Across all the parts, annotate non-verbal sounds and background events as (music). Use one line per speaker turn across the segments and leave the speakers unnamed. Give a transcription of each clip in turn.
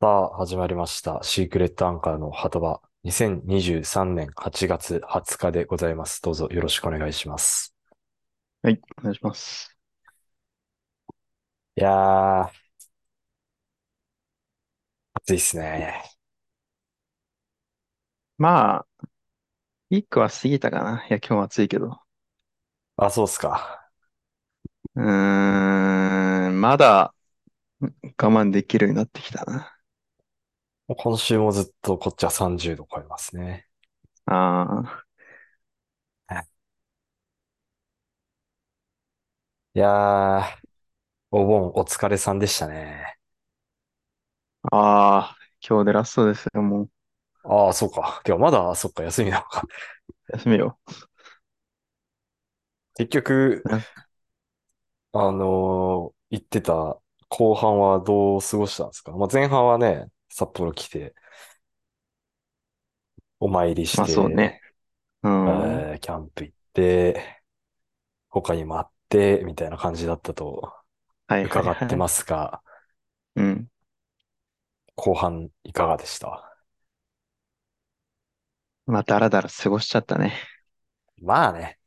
さあ、始まりました。シークレットアンカーの鳩場、2023年8月20日でございます。どうぞよろしくお願いします。
はい、お願いします。
いやー、暑いっすね。
まあ、ピークは過ぎたかな。いや、今日は暑いけど。
あ、そうっすか。
うーん、まだ我慢できるようになってきたな。
今週もずっとこっちは30度超えますね。
ああ、
はいいやー、お盆お疲れさんでしたね。
ああ、今日でラストですよ、もう。
ああ、そうか。てか、まだ、そっか、休みなのか。
休みよ。
結局、
な
あのー、行ってた後半はどう過ごしたんですかまあ、前半はね、札幌来て、お参りし
まあそう
て、
ね。うん。
えーキャンプ行って、他にもあって、みたいな感じだったと
はいはい
伺って
はい。
ますが、
うん。
後半いかがでした
まあ、だらだら過ごしちゃったね。
まあね、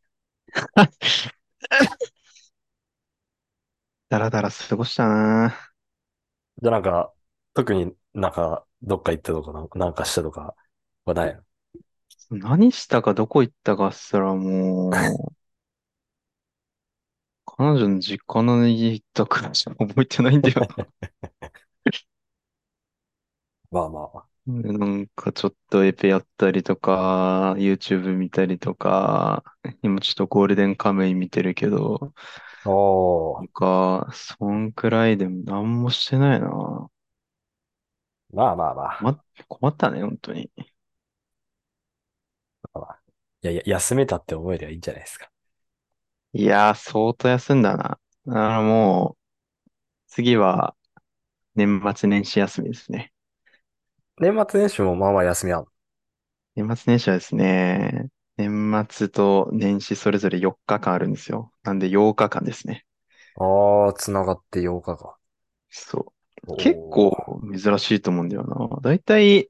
だらだら過ごしたな。
じゃあなんか、特になんか、どっか行ったとかな、なんかしたとかはないの
何したかどこ行ったかす
(laughs)
らもう、彼女の実家の家行ったくらいしか覚えてないんだよな。
まあまあ。
なんかちょっとエペやったりとか、YouTube 見たりとか、今ちょっとゴールデンカムイ見てるけど、
おー、
なんか、そんくらいでも何もしてないな。
まあまあまあ。
困、困ったね、本当に。
まあまあいやいや、休めたって思えりゃいいんじゃないですか。
いやー、相当休んだな。だからもう、次は年末年始休みですね。
年末年始もまあまあ休みあんの。
年末年始はですね、年末と年始それぞれ4日間あるんですよ。なんで8日間ですね。
ああ、つながって8日か。
そう。結
お
構
ー
珍しいと思うんだよな。だいたい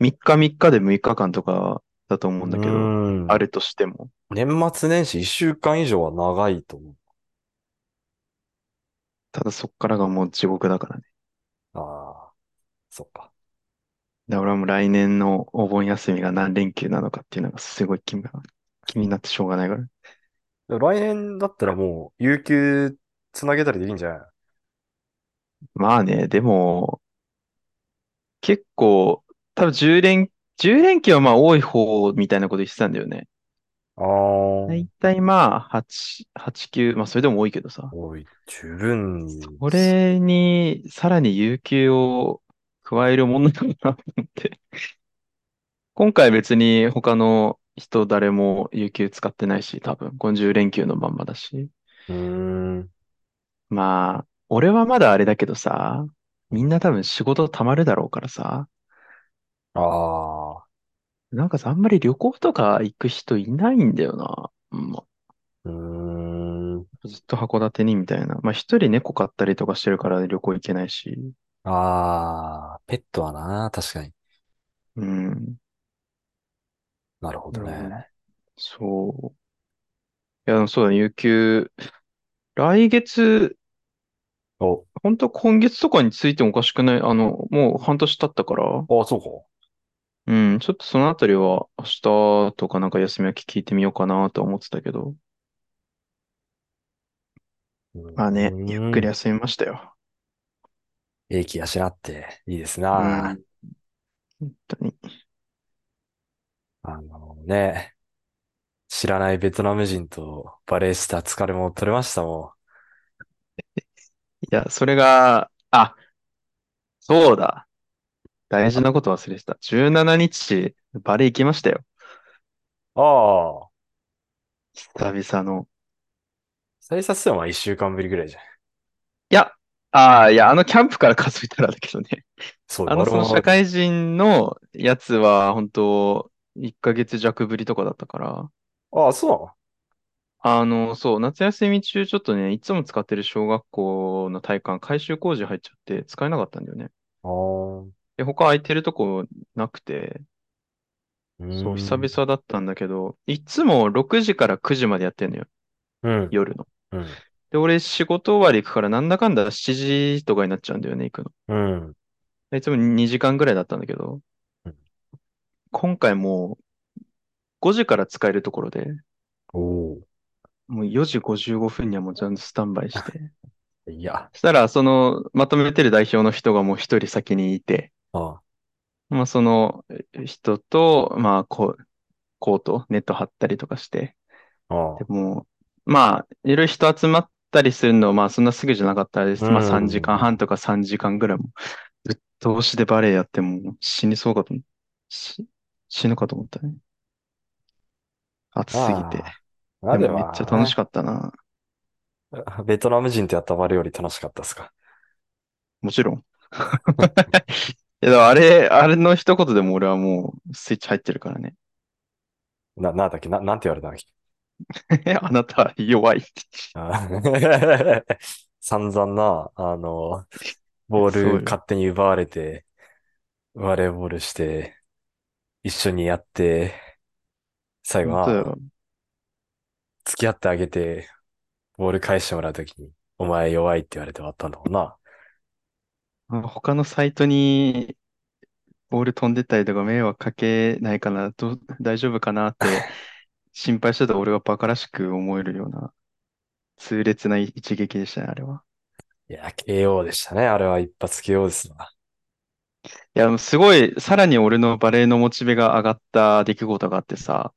3日3日で6日間とかだと思うん
う
だけど、
ー
あ
ん。
るとしても。
年末年始1週間以上は長いと思う。
ただそっからがもう地獄だからね。
ああ、そっか。
だから俺はもう来年のお盆休みが何連休なのかっていうのがすごい気にな気になってしょうがないから。
でも来年だったらもう、有給つなげたりできんじゃないの
まあね、でも、結構、多分10連、10連休はまあ多い方みたいなこと言ってたんだよね。
ああ、
だいたいまあ8、8、9、まあそれでも多いけどさ。
おい、十分に、
これにさらに有給を加えるもんなのかなと思って。今回別に他の人誰も有給使ってないし、多分50連休のまんまだし。
うーん、
まあ、俺はまだあれだけどさ、みんな多分仕事溜まるだろうからさ、
ああ、
なんかさ、あんまり旅行とか行く人いないんだよな。うんま
うーん、
ずっと函館にみたいな。まあ一人猫飼ったりとかしてるから旅行行けないし。
ああ、ペットはな、確かに。
うん。
なるほ
だ
ど
からもう
ね。
そう。いや、でもそうだね、有給。来月、
お、
本当今月とかについてもおかしくない。あの、もう半年経ったから。
ああ、そう
うん、ちょっとそのあたりは明日とかなんか休み明け聞いてみようかなとは思ってたけど。
か。
まあね、ゆっ
う
く
ー
り
ん、
休みましたよ。
英気養っていいです
う
な。
ん、本当に。
あのね、知らないベトナム人とバレーした疲れも取れましたも
いや、それが、あ、そうだ。大事なこと忘れてた。17日、バレエ行きました
ん。
よ。
ああ、
久々の。
再察数はまあ一週間ぶりぐらいじゃん。
いや、ああ、いや、あのキャンプから数えたらだけどね。
そう、
あの、
俺
その社
も、
会人のやつは、本当1ヶ月弱ぶりとかだったから、
ああ、そう
あの、そう、夏休み中、ちょっとね、いつも使ってる小学校の体育館、改修工事入っちゃって、使えなかったんだよね。
あー
で、他空いてるとこなくて、
う
そう、
ー
久
ん。
々だったんだけど、いつも6時から9時までやってんのよ、
うん。
夜の。
うん。
で、俺仕事終わり行くからなんだかんだ7時とかになっちゃうんだよね、行くの。
うん。
でいつも2時間ぐらいだったんだけど、
うん
今回もう5時から使えるところで、
おー
もう4時55分にはもうちゃんとスタンバイして。 (laughs)
いや。
したら、その、まとめてる代表の人がもう一人先にいて、
あ
まあ、そのえ人と、まあ、こう、コート、ネット張ったりとかして、
あ。あ
で
あ。
もう、まあ、いろいろ人集まったりするの、まあ、そんなすぐじゃなかったで
う
す。まあ、3時間
ん。
半とか3時間ぐらいも、ぶっ通しでバレエやってもう死にそうかと思し、死ぬかと思ったね。暑すぎて。
まあ、まあ
で
で
もめっちゃ楽し
は
かったな。
ね、ベトナム人とやったバレより楽しかったですか。
も
(laughs)
ちろん。いや、でもあれ、あれの一言でも俺はもうスイッチ入ってるからね。 (laughs)
な、なんだっけ、な、なんて言われたんだっけ。
あなたは弱いって。
あー (laughs) 散々な、あの、ボー
そ
ル
うよ。
勝手に奪われて、バレーボールして、一緒にやって、最後
本当だ
は、
よ。
付き合ってあげて、ボール返してもらうときに、お前弱いって言われて終わったんだもんな。
他のサイトにボール飛んでったりとか迷惑かけないかな、どう、大丈夫かな
(laughs)
って心配してた俺が馬鹿らしく思えるような痛烈な一撃でしたね、あれは。
いや、KO でしたね。あれは一発 KO ですわ。
いや、すごい、さらに俺のバレーのモチベが上がった出来事があってさ、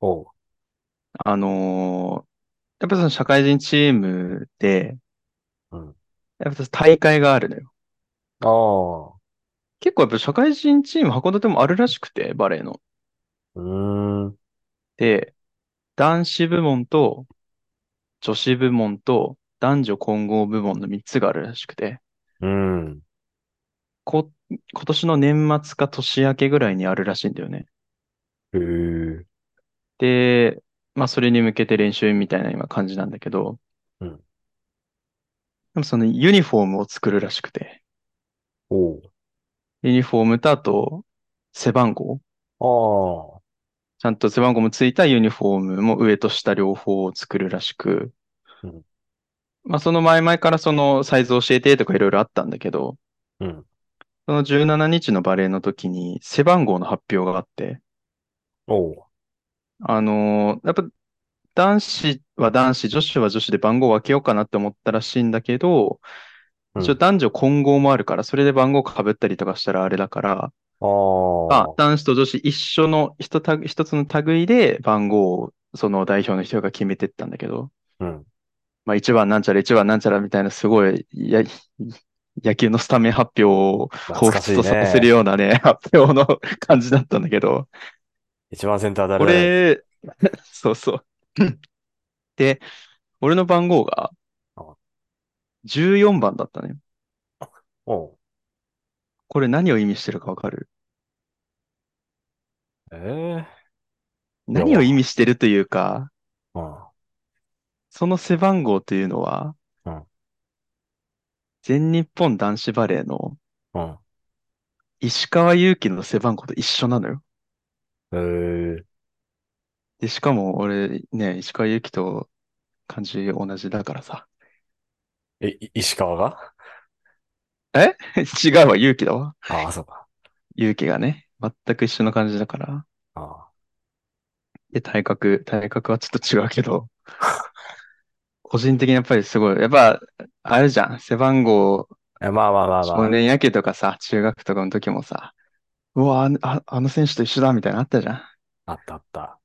おう。
あのーやっぱその社会人チームで、
うん。
やっぱ大会があるのよ。
ああ。う
結構やっぱ社会人チーム函館もあるらしくて、バレーの。
ーん。
で、男子部門と女子部門と男女混合部門の3つがあるらしくて、
うん。
こ、今年の年末か年明けぐらいにあるらしいんだよね。
うー。
で、まあそれに向けて練習みたいな今感じなんだけど、
うん。
でもそのユニフォームを作るらしくて、
おう。
ユニフォームとあと背番号、
ああ。
ちゃんと背番号もついたユニフォームも上と下両方を作るらしく、
うん。
まあその前々からそのサイズ教えてとかいろいろあったんだけど、
うん。
その17日のバレーの時に背番号の発表があって、
おう。
あのーやっぱ男子は男子、女子は女子で番号を分けようかなって思ったらしいんだけど、
う
一応
ん。
男女混合もあるから、それで番号かぶったりとかしたらあれだから、
あ
まあ、
あ。
男子と女子一緒の一タグ、一つの類で番号をその代表の人が決めてったんだけど、
うん。
まあ1番なんちゃら1番なんちゃらみたいなすごいや野球のスタメン発表を
懐
彷
か
彿
しい
とさせる
ね。
ようなね、発表の感じだったんだけど、
一番センター誰々。
俺、そうそう。で、俺の番号が
あ
14番だったね。
おう。
これ何を意味してるかわかる
ええいや、
何を意
わ
味してるというか、
か
その背番号というのは、
うん。
全日本男子バレーの
うん。
石川祐希の背番号と一緒なのよ。
うん。ええ
で、しかも俺ね、石川祐希と漢字同じだからさ。 (laughs)
え、い石川が
え違うわ、祐希だわ。
ああ、そうか。
祐希がね、全く一緒の漢字だから。
あ
で、体格、体格はちょっと違う
(laughs)
けど、個人的にやっぱりすごい、やっぱ、あれじゃん、背番号、
あ。えまあまあまあま
少
あ。
年野球とかさ、中学とかの時もさ、うわ、あの、ああの選手と一緒だみたいなのあったじゃん。
あったあった。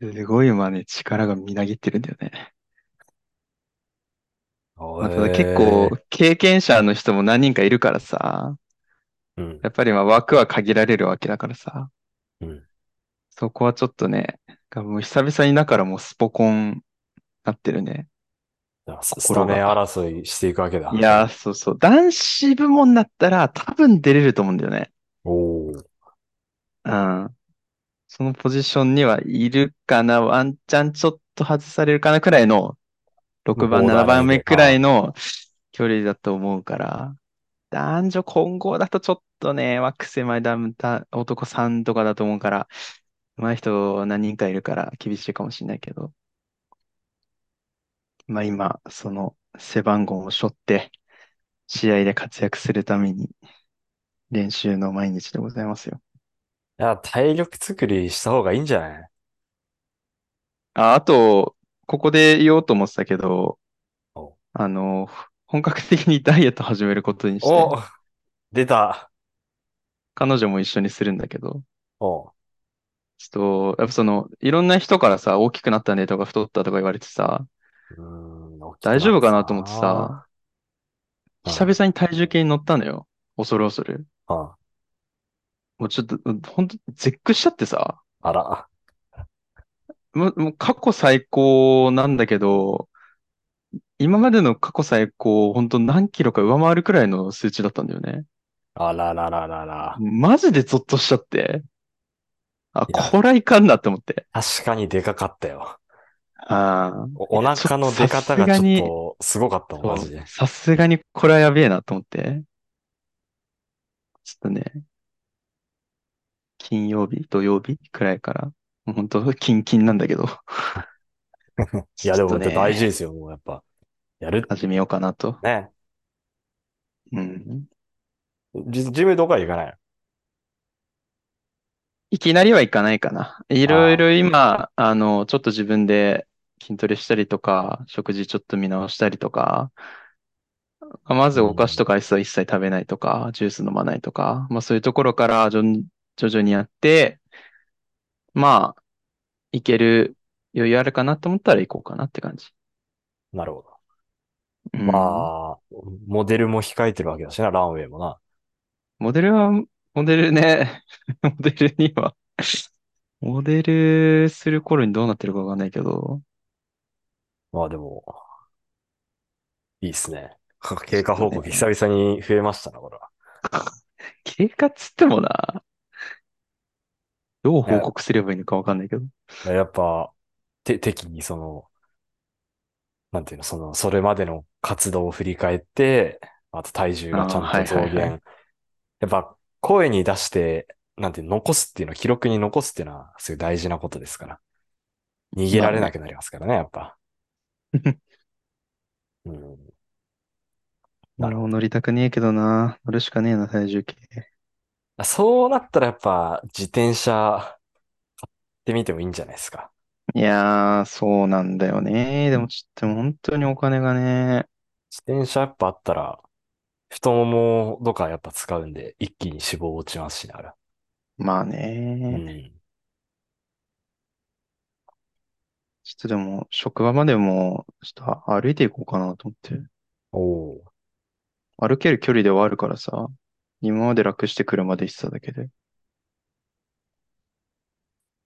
すごい今ね、力がみなぎってるんだよね。
お
まあ、ただ結構、
え
経験者の人も何人かいるからさ、
うん。
やっぱりまあ枠は限られるわけだからさ、
うん。
そこはちょっとね、もう久々にだからもうスポコンなってるね、
じゃあススタ
心
メン
が。
争いしていくわけ
い
だ。
やー、そうそう。男子部門だったら多分出れると思うんだよね。
おお。
うん。そのポジションにはいるかな、ワンチャンちょっと外されるかなくらいの、6番、
ボーダ
7
ーライ
番
ン
目
で。
くらい
あ
の距離だと思うから、男女混合だとちょっとね、枠狭いだ、だ、男さんとかだと思うから、上手い人何人かいるから厳しいかもしれないけど、まあ今、その背番号を背負って、試合で活躍するために練習の毎日でございますよ。
いや、体力作りした方がいいんじゃない
あ、あと、ここで言おうと思ってたけど、
お、
あの、本格的に (laughs) ダイエット始めることにして、
お出た。
彼女も一緒にするんだけど、
お、
ちょっと、やっぱその、いろんな人からさ、大きくなったねとか太ったとか言われてさ、
うーん、大きく
大
な
丈
っ
夫
て
か
た
なと思ってさ、
な。
久々に体重計に乗ったのよ。恐る恐る。
うん、うん。
もうちょっと、うんほんと、絶句しちゃってさ、
あら。
もう、もう過去最高なんだけど、今までの過去最高、本当何キロか上回るくらいの数値だったんだよね。
あららららら。
マジでゾッとしちゃって。
い
あ、
や、
こらいかんなって思って。
確かにでかかったよ。
ああ、
お、お
いや、ちょっ
腹
と
の出
さ
方
す
が
が
ちょっ
に、
とすごかったもん、マジ
そう、
で。
さすがにこれはやべえなと思って。ちょっとね、金曜日、土曜日くらいから、もう本当キンキンなんだけど、ちょ
いや、で
っ
も
と
本当大事で
ね、
すよ、もうやっぱ。やる、
始めようかなと。
ね。
うん。
ジ、ジムとか行かないの
いきなりはいかないかな。いろい
あ
ろ今、あの、ちょっと自分で筋トレしたりとか、食事ちょっと見直したりとか、ま
あ、う
ずお菓子
ん。
とかアイスは一切食べないとか、ジュース飲まないとか、まあそういうところから徐々に徐々にやって、まあ、いける余裕あるかなと思ったら行こうかなって感じ。
なるほど。
うん。
まあ、モデルも控えてるわけだしな、ランウェイもな。
モデルは、モデルね、 (laughs) モデルにはモデルする頃にどうなってるかわかんないけど、
まあでも、いいっすね。か
ち
経
ょっ
過
と
報告
ね、
久々に増えましたな、これは。
経過っつってもな、どう
い
報
や、
告すればいいのかわかんないけど。
いややっぱ、て、適宜その、なんていうの、その、それまでの活動を振り返って、あと体重がち
あ
ゃ
あ、
ん
は
と
い
増
はいはい。
減。やっぱ、声に出して、なんていうの、残すっていうのは、記録に残すっていうのは、すごい大事なことですから。逃げ
ま
ら
あ
れな
ね。
くなりますからね、やっぱ。 (laughs) うん、な
俺
る
も
ほ
乗
ど。
りたくねえけどな。乗るしかねえな、体重計。
あそうなったらやっぱ、自転車買ってみてもいいんじゃないですか。
いやー、そうなんだよね。でもちょっと本当にお金がね、
自転車やっぱあったら、太ももとかやっぱ使うんで、一気に脂肪落ちますしながら。
まあ
うん。
ね。ちょっとでも、職場までも、ちょっと歩いていこうかなと思って。
おー
歩ける距離ではあるからさ、今まで楽して車で行ってただけで。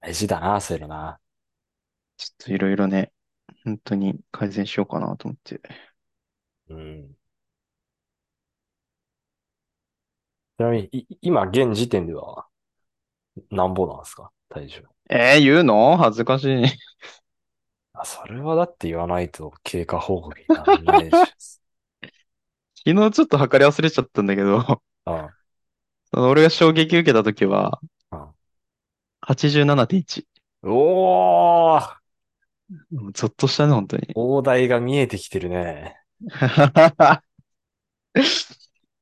大事だな、そういうのな。
ちょっといろいろね、本当に改善しようかなと思って。
うん。ちなみに、い今、現時点では、なんぼなんですか体重。
えー、言うの恥ずかしい。
あ、それはだって言わないと経過報告にならないでし
昨日ちょっと測り忘れちゃったんだけど、 (laughs)
ょ。
その俺が衝撃受けた時は、
うん。
87.1。
うん。おー
もうゾッとしたね、本当に。 (laughs)
大台が見えてきてるね。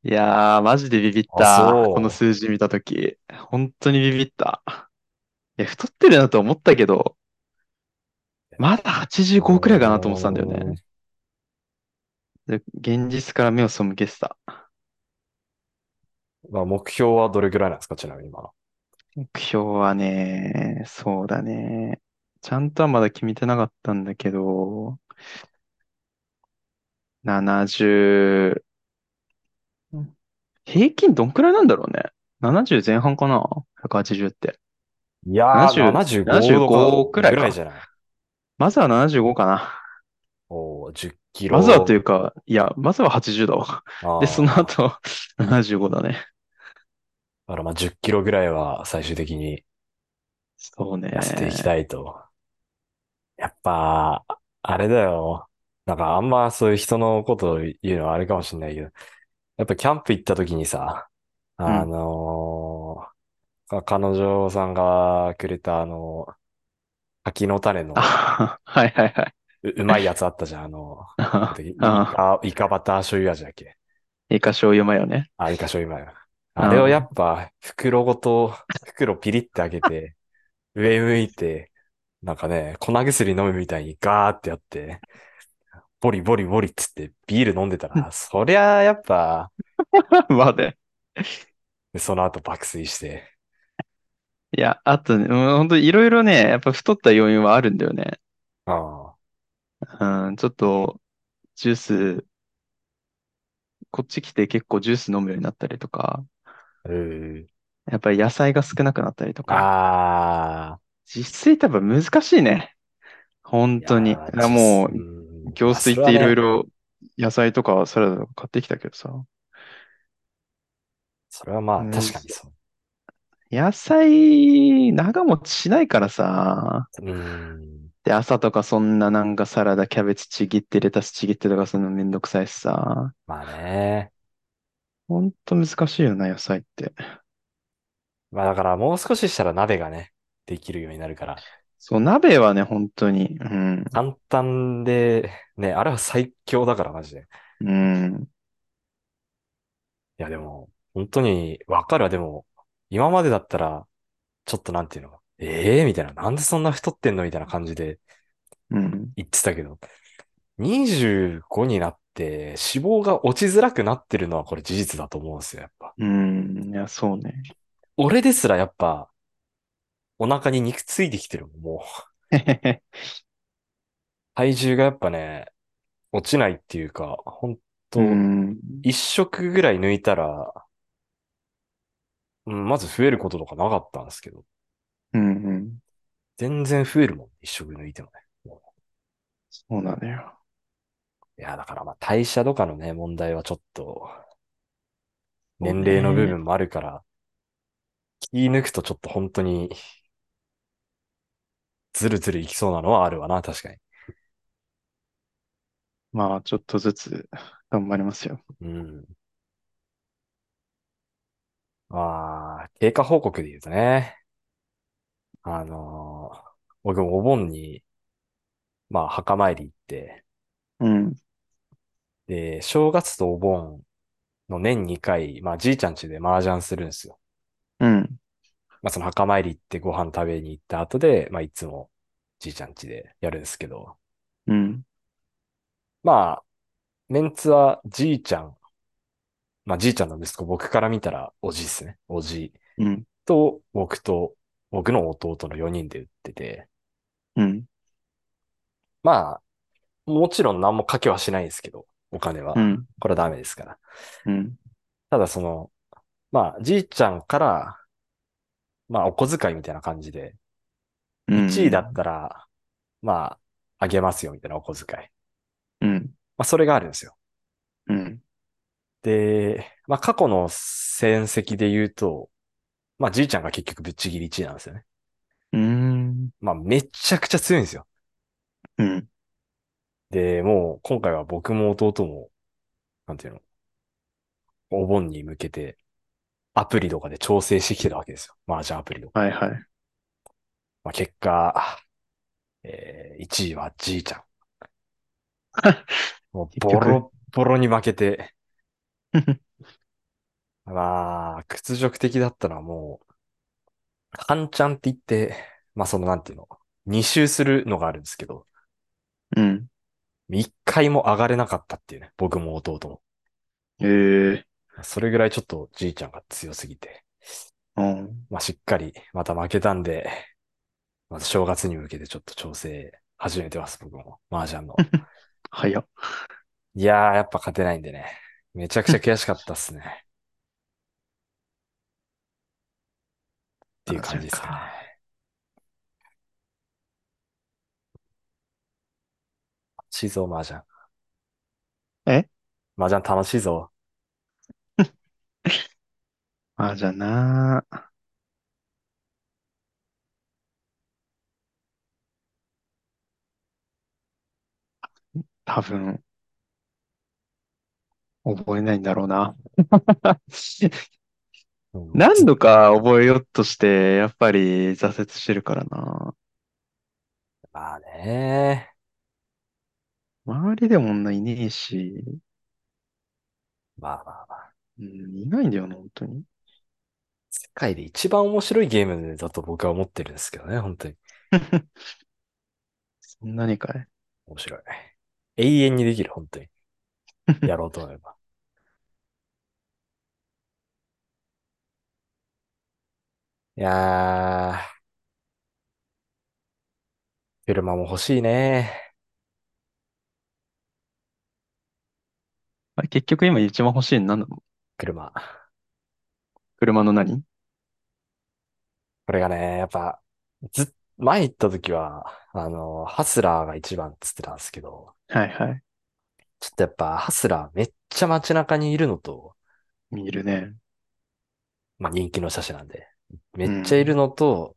いやー、マジでビビっ
あ、
た。この
そ
数字見たとき。本当にビビった。いや、太ってるなと思ったけど、まだ
う。
85くらいかなと思ってたんだよ
お
ね。
ー
で現実から目を背けてた。
まあ、目標はどれぐらいなんですかちなみに今の。
目標はね、そうだね。ちゃんとはまだ決めてなかったんだけど、70、平均どんくらいなんだろうね。70前半かな ?180 って。
いやー、75と
70、
か
75くら
ぐ
い
らい
か。
じゃない
まずは75かな。
おー、10キ
まずはとい
ロ。
うか、いや、まずは80だわ。で、その
ああ。
後、75だね。
だからまあ10キロぐらいは最終的に
そう
痩せていき
ね。
たいと。やっぱ、あれだよ。なんかあんまそういう人のことを言うのはあれかもしれないけど。やっぱキャンプ行った時にさ、
う
あ
ん。
のーか彼女さんがくれたあの、柿の種の
あ、 (laughs) はいはいはい。 (laughs)
う、うまいやつあったじゃん。あの、なん
あ
てイイ
あ、
カ、イカバター醤油味だっけ
イカ醤油マヨね。 (laughs)
あ、イカ醤油マヨ。あれをや
あ
っぱ袋ごと、袋ピリって開け
(laughs)
て、上向いて、なんかね、粉薬飲むみたいにガーってやって、ボリボリボリっつってビール飲んでた
(laughs)
ら、そりゃやっぱ、
まあね。
その後爆睡して、
いや、あとね、うん、本当いろいろね、やっぱ太った要因はあるんだよね。
あ
うん、ちょっと、ジュース、こっち来て結構ジュース飲むようになったりとか、
あ、う
やっぱり野菜が少なくなったりと
ー、
か、
ああ、
実炊多分難しいね。本
いや
当に。だ
ー、
から
実、
も
う
う、
ん、
行
まあ、
水
そ
っ
れは
ていろい
ね、
ろ野菜とかサラダとか買ってきたけどさ、
それはまあ、
む
確かに
ず
そう。
野菜、長持ちしないからさ、
うん、
で、朝とかそんななんかサラダ、キャベツちぎって、レタスちぎってとかそんなのめんどくさいしさ、
まあね。
ほんと難しいよな、野菜って。
まあだからもう少ししたら鍋がね、できるようになるから、
そう、鍋はね、本当に、うん、
簡単で、ね、あれは最強だからマジで。い
うん。
やでも、本当にわかるわ。でも、今までだったら、ちょっとなんていうの、ええー、みたいな、なんでそんな太ってんのみたいな感じで
うん。
言ってたけど、25になって脂肪が落ちづらくなってるのはこれ事実だと思うんですよ、やっぱ。
うん。いや、そうね。
俺ですらやっぱお腹に肉ついてきてるもん、もう。体重がやっぱね、落ちないっていうか、ほん
(laughs) う
と、
ん。
一食ぐらい抜いたら、うん、まず増えることとかなかったんですけど、
うん。
全然増えるもん、一食抜いてもね。も
そうなのよ。
ういや、だからまあ代謝とかのね、問題はちょっと、
そう
年齢の部
ね。
分もあるから、気抜くとちょっと本当にずるずるいきそうなのはあるわな、確かに。
まあ、ちょっとずつ頑張りますよ。
うん。まあ、経過報告で言うとね、あのー僕もお盆に、まあ、墓参り行って、
うん。
で、正月とお盆の年2回、まあ、じいちゃん家で麻雀するんですよ。
うん。
まあ、その墓参り行ってご飯食べに行った後で、まあ、いつもじいちゃん家でやるんですけど、
うん。
まあ、メンツはじいちゃん、まあ、じいちゃんの息子、僕から見たらおじいっすね。おじい
うん。
と、僕と、僕の弟の4人で打ってて、
うん。
まあ、もちろん何も賭けはしないんですけど、お金
う
は。
ん。
これはダメですから。
うん。
ただその、まあ、じいちゃんから、まあ、お小遣いみたいな感じで、
う
1位だっ
ん。
たら、まあ、あげますよ、みたいなお小遣い。
うん。
まあ、それがあるんですよ。
うん。
で、まあ、過去の戦績で言うと、まあ、じいちゃんが結局ぶっちぎり1位なんですよね。
うん。
まあ、めちゃくちゃ強いんですよ。
うん。
で、もう、今回は僕も弟も、なんていうの、お盆に向けて、アプリとかで調整してきてたわけですよ。麻雀アプリを。
はいはい。 (laughs)
まあ、結果、えー、1位はじい
(laughs)
ちゃん。もう
結
ボ
局。
ロボロに負けて、まあ、屈辱的だったのはもう、半チャンって言って、まあそのなんていうの、2周するのがあるんですけど、
うん。
1回も上がれなかったっていうね、僕も弟も。
ええ。
それぐらいちょっとじいちゃんが強すぎて、
うん。
まあしっかりまた負けたんで、まず正月に向けてちょっと調整始めてます、僕も。麻雀
(laughs)
の。
早っ。
いやー、やっぱ勝てないんでね。めちゃくちゃ悔しかったっす
(laughs)
ね。っていう
麻
感
雀
じですかね。
か。
楽しいぞ、麻雀。
え
麻雀楽しいぞ。
麻雀な。多分。覚えないんだろう (laughs) な。
うん
何度か覚えようとして、やっぱり挫折してるからな。
まあね。
周りでも女いねえし、
まあまあまあ。
うん、いないんだよな、本当に。
世界で一番面白いゲームだと僕は思ってるんですけどね、本当に。
そんなにかい。
面白い。永遠にできる、本当に。
(laughs)
やろうと思えば。いやー。車も欲しいね。
あれ結局今一番欲しいの何なの
車。
車の何
これがね、やっぱ、ずっ、前行った時は、あの、ハスラーが一番っつってたんですけど、
はいはい。
ちょっとやっぱ、ハスラーめっちゃ街中にいるのと、
見るね。
まあ人気の車種なんで、めっちゃいるのと、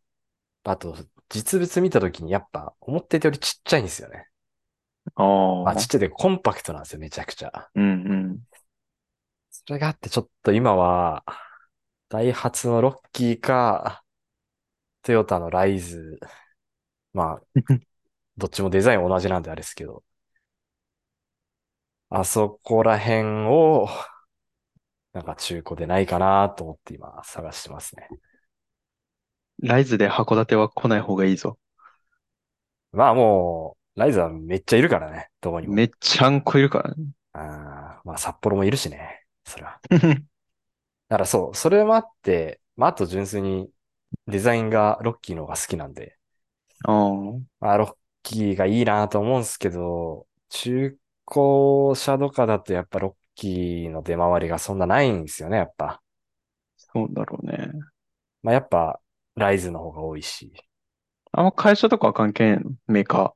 あと、実物見た時にやっぱ、思ってたよりちっちゃいんですよね。
あ
ま
あ
あちっ。ちゃいでコンパクトなんですよ、めちゃくちゃ。
うんうん。
それがあって、ちょっと今は、ダイハツのロッキーか、トヨタのライズ、まあ、どっちもデザイン同じなんであれですけど、あそこら辺を、なんか中古でないかなと思って今探してますね。
ライズで函館は来ない方がいいぞ。
まあもう、ライズはめっちゃいるからね、どこにも。
めっちゃんこいるから
あーまあ札幌もいるしね、それは。
(laughs) ね。
だからそう、それもあって、まああと純粋にデザインがロッキーの方が好きなんで、
ああ。
まあ、ロッキーがいいなと思うんですけど、中古車とかだとやっぱロッキーの出回りがそんなないんですよね、やっぱ。
そうだろうね。
まあ、やっぱ、ライズの方が多いし。
あんま会社とかは関係ないのメーカ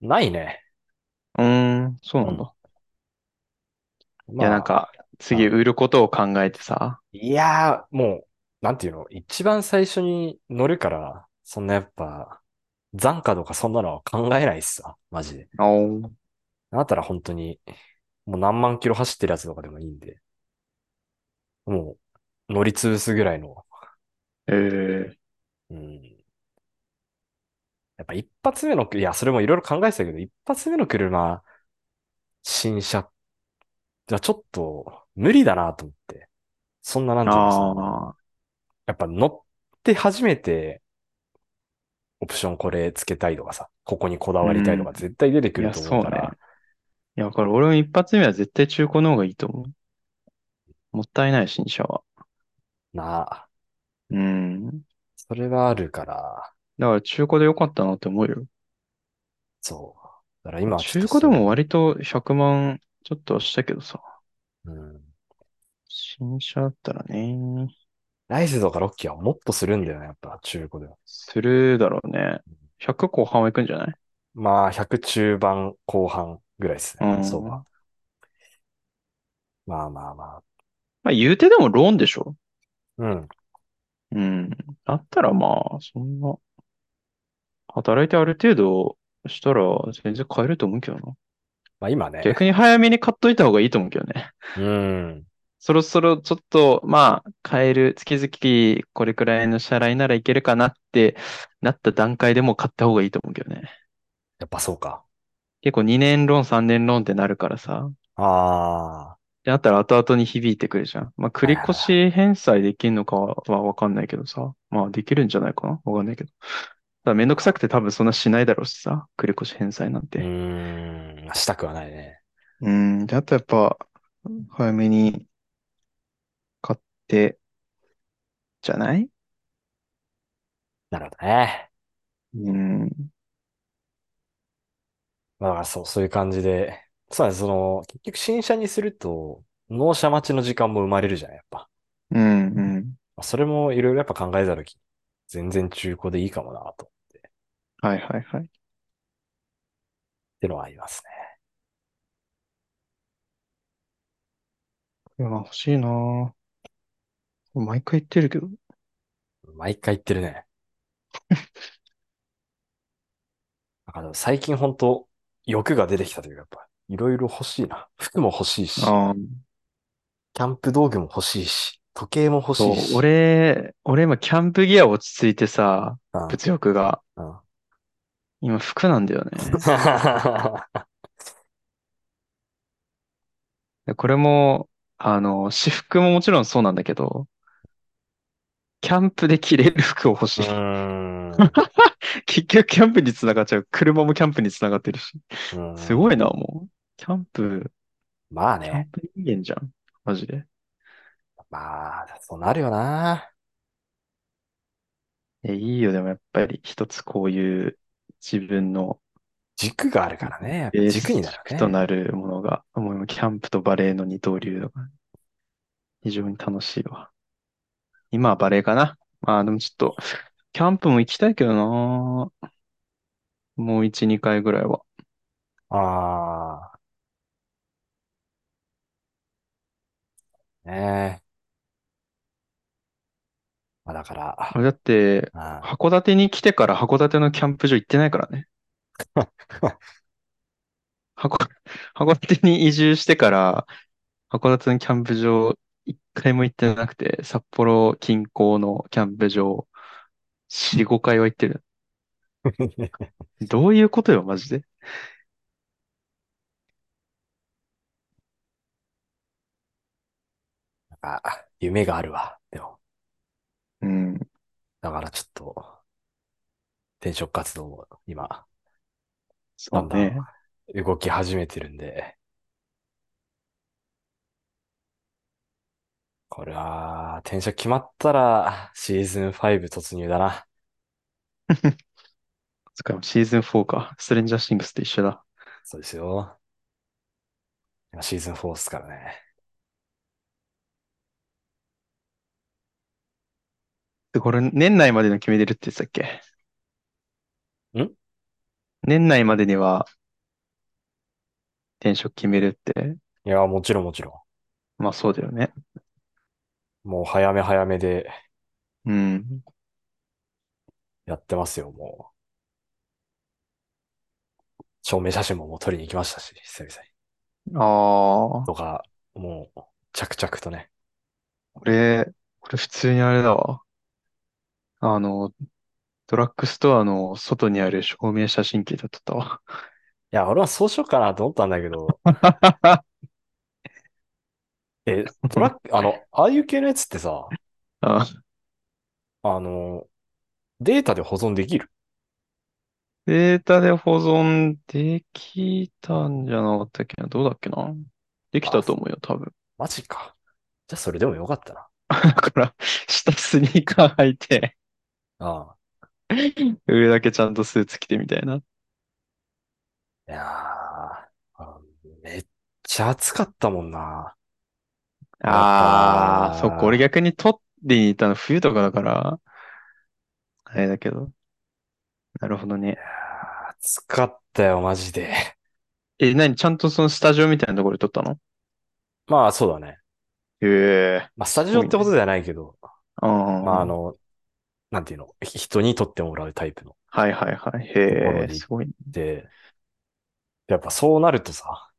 ないね。
ー。うーん、そうなんだ。いや、
まあ
なんか、次売ることを考えてさ。
いやー、もう、なんていうの、一番最初に乗るから、そんなやっぱ、残価とかそんなのは考えないっすわ、マジで。
お
だったら本当に、もう何万キロ走ってるやつとかでもいいんで、もう、乗り潰すぐらいの、
ええ
うんやっぱ一発目の、いや、それもいろいろ考えてたけど、一発目の車、新車、じゃちょっと無理だなと思って。そんな、なんていうんですかね
ああ、
やっぱ乗って初めて、オプションこれつけたいとかさ、ここにこだわりたいとか
うん
絶対出てく
い
る
や、
と
そ
思
う
うから、
ね。いや、これ俺も一発目は絶対中古の方がいいと思う。もったいない、新車は。
なあ、
うん。
それはあるから、
だから中古でよかったなって思うよ。
そう。だから今はちょ
中
っと
古で
それ
も割と100万ちょっとはしたけどさ。
うん。
新車だったらね。
ライズとかロッキーはもっとするんだよね、やっぱ中古では。
するだろうね。100後半はいくんじゃない
まあ、100中盤後半ぐらいですね。
うん
そうか。まあまあまあ。
まあ言うてでもローンでしょ
うん。
うん。だったらまあ、そんな。働いてある程度したら全然買えると思うけどな。
まあ今ね。
逆に早めに買っといた方がいいと思うけどね。
うん。
そろそろちょっと、まあ、買える、月々これくらいの支払いならいけるかなってなった段階でもう買った方がいいと思うけどね。
やっぱそうか。
結構2年ローン、3年ローンってなるからさ。
ああ。
で、あったら後々に響いてくるじゃん。まあ、繰越し返済できるのかはわかんないけどさ。まあ、できるんじゃないかなわかんないけど。ただめんどくさくて多分そんなしないだろうしさ。繰越し返済なん
う
て。
ーん。したくはないね。
うん、で、あとやっぱ、早めに買って、じゃない
なるほどね。
うん。
まあだからそう、そういう感じで。そうだね、その、結局新車にすると、納車待ちの時間も生まれるじゃない、やっぱ。
うん、うん。
まあそれもいろいろやっぱ考えたとき、全然中古でいいかもな、と。っ
はいはいはい。
てのはありますね。
車欲しいなぁ毎回言ってるけど。
毎回言ってる
(laughs)
ね。なんかでも最近本当欲が出てきたというか、やっぱ、いろいろ欲しいな。服も欲しいし、キ
ああ、
ャンプ道具も欲しいし、時計も欲し
そ
い、
う
し。
俺、 (laughs) 俺今キャンプギア落ち着いてさ、
うん
物欲が。
うん
今服なんだよね。でこれも、あの、私服ももちろんそうなんだけど、キャンプで着れる服を欲
(laughs)
し
う
い。
ーん。
結局キャンプにつながっちゃう。車もキャンプにつながってるし。
うん
(laughs) すごいな、もう。キャンプ、
まあ
キャン
ね。
プ人間じゃん。マジで。
まあ、そうなるよな。
え、いいよ、でもやっぱり一つこういう自分の
軸があるからね。やっぱ
ベース
軸になる
軸
ね。
となるものが、もう今キャンプとバレエの二刀流が非常に楽しいわ。今はバレエかな。まあでもちょっと、キャンプも行きたいけどな。もう一、二回ぐらいは。
ああ。ねえ。まあだから、
俺だって、
ああ
函館に来てから函館のキャンプ場行ってないから (laughs) ね。函函館に移住してから、函館のキャンプ場一回も行ってなくて、札幌近郊のキャンプ場4、5回は行って (laughs) る。どういうことよ、マジで。
なんか夢があるわ。でも、
うん。
だからちょっと、転職活動も今、
そう
だんだ
ね。
動き始めてるんで、これは、転職決まったら、シーズン5突入だな。
そっかシーズン4か。ストレンジャーシングスと一緒だ。
そうですよ。今シーズン4っすからね。
で、これ、年内までの決めてるって言ってたっけ
ん
年内までには転職決めるって。
いや、もちろんもちろ
まあそうだよね。
ん。もう早め早めで
うん。
やってますよ、もう。証明写真ももう撮りに行きましたし、久々に。
ああ、
とか、もう、着々とね。
俺、俺普通にあれだわ。あの、ドラッグストアの外にある証明写真機だったわ。
いや、俺はそうしようかなと思ったんだけど、 (laughs) え、トラッ
(laughs)
ク、あの、ああいう系のやつってさ、
あ
あの、データで保存できる
データで保存できたんじゃなかったっけな。どうだっけな。できたと思うよ、多分。
マジか。じゃあ、それでもよかったな。
だから、下スニーカー履いて、
あ
上だけちゃんとスーツ着てみたいな。
あ。いやーあのめっちゃ暑かったもんな。
あ
あー
あ、そっか。俺逆に撮りに行ったの冬とかだから、あれだけど。なるほどね
い。やー暑かったよ、マジで。 (laughs)
え、何ちゃんとそのスタジオみたいなところで撮ったの
まあ、そうだね。
へえ。
まあ、スタジオってことではないけど、ま
あ
あ、
あ
あ、の、なんていうの、ひ人に撮ってもらうタイプの。
はいはいはい。
ところ
へえ、
に
すごいね。
で、やっぱそうなるとさ、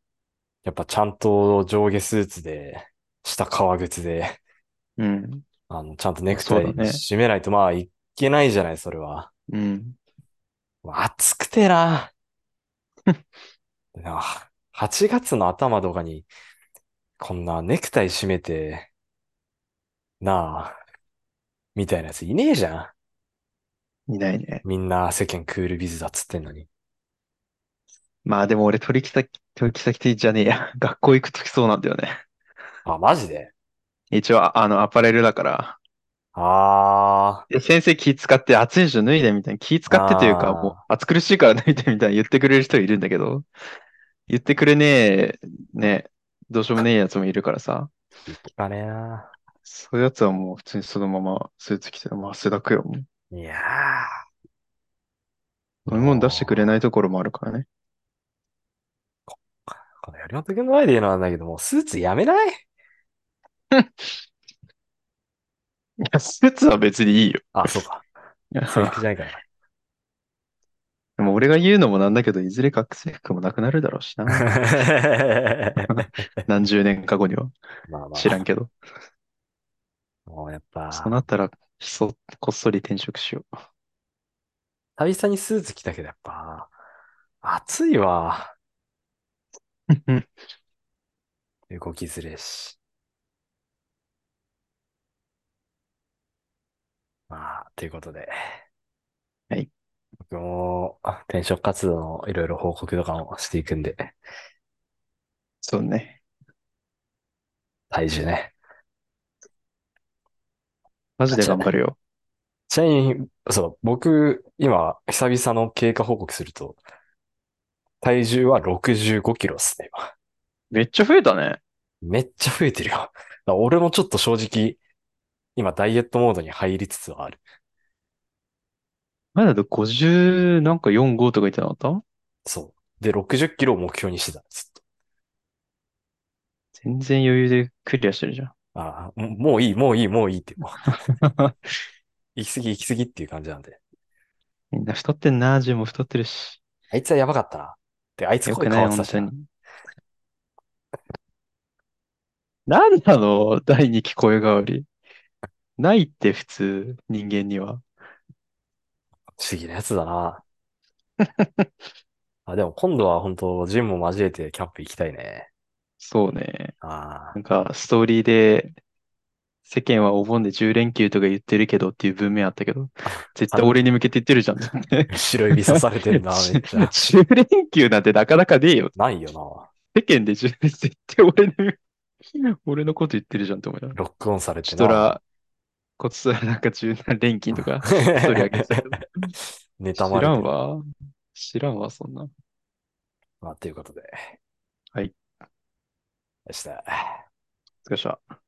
やっぱちゃんと上下スーツで、下革靴で、
うん。
あの、ちゃんとネク
そう
タ
だ
イ
ね
締めないと、まあ、いけないじゃない、それは。
うん。
暑くてな。 (laughs) なあ8月の頭とかに、こんなネクタイ締めて、なあ、みたいなやついねえじゃ
いないね。
ん。みんな世間クールビズだっつってんのに。
まあでも俺取引先、取引先じゃねえや。 (laughs) 学校行くときそうなんだよね。
あ、マジで
一応、あの、アパレルだから。
あ
で、先生気使って暑いでしょ脱いでみたいな。気使ってというか、
あー
もう暑苦しいから脱いでみたいな言ってくれる人いるんだけど、言ってくれねえ、ね、どうしようもねえやつもいるからさ。
ー、いかねえな。
そういうやつはもう普通にそのままスーツ着て、まあ汗だくよ。もう
いやー。
飲み物出してくれないところもあるからね。
このやりまとけの前で言うのなんだけど、もうスーツやめない
い
(laughs)
や、(laughs) スーツは別にいいよ。
あ、そうか。制服じゃないからな。
でも俺が言うのもなんだけど、いずれ学生服もなくなるだろうし
(laughs)
な。(laughs) 何十年か後には。
まあまあ、
知らんけど。
もうやっぱ、
そうなったら、ひそ、こっそり転職しよう。
久々にスーツ着たけどやっぱ、暑いわ。 (laughs) 動きづれえし。まあ、ということで。
はい。
僕も、転職活動のいろいろ報告とかもしていくんで、
そうね。
体重ね。
マジで頑張るよ。
ちなみに、そう、僕、今、久々の経過報告すると、体重は65キロっすね、今。
めっちゃ増えたね。
めっちゃ増えてるよ。だから俺もちょっと正直、今、ダイエットモードに入りつつはある。
前だと50、なんか4、5とか言ってなかった
そう。で、60キロを目標にしてた、ずっと。
全然余裕でクリアしてるじ (laughs) ゃん。
ああ、もうもういい、もういい、もういいって、もう行き過ぎ、行き過ぎっていう感じなんで。
みんな太ってんな、ジムも太ってるし。
あいつはやばかったな。で、あいつ
よ
声変
くない、
わってた
本
し
当
な
に。なんなの第二期声変わり。ないって普通、人間には。
不思議なやつだな。 (laughs) あ、でも今度は本当ジムも交えてキャンプ行きたいね。
そうね。
あ
なんか、ストーリーで、世間はお盆で10連休とか言ってるけどっていう文面あったけど、絶対俺に向けて言ってる (laughs) じゃん。
あ、白指刺されてるな、めっち
(laughs)
ゃ。
10連休なんてなかなかねえよ。
ないよ
世間で10連絶対俺に、 (laughs) 俺のこと言ってるじゃんって思いながら。
な。ロックオンされて
ち
な。
とら、こっちとらなんか10何連勤とか、一人あげ
(laughs)
てたけど
妬ま
知
れ
ら
て
ん
る。
わ。知らんわ、そんな。
まあ、ということで。
はい。
でした。
お疲れ様でした。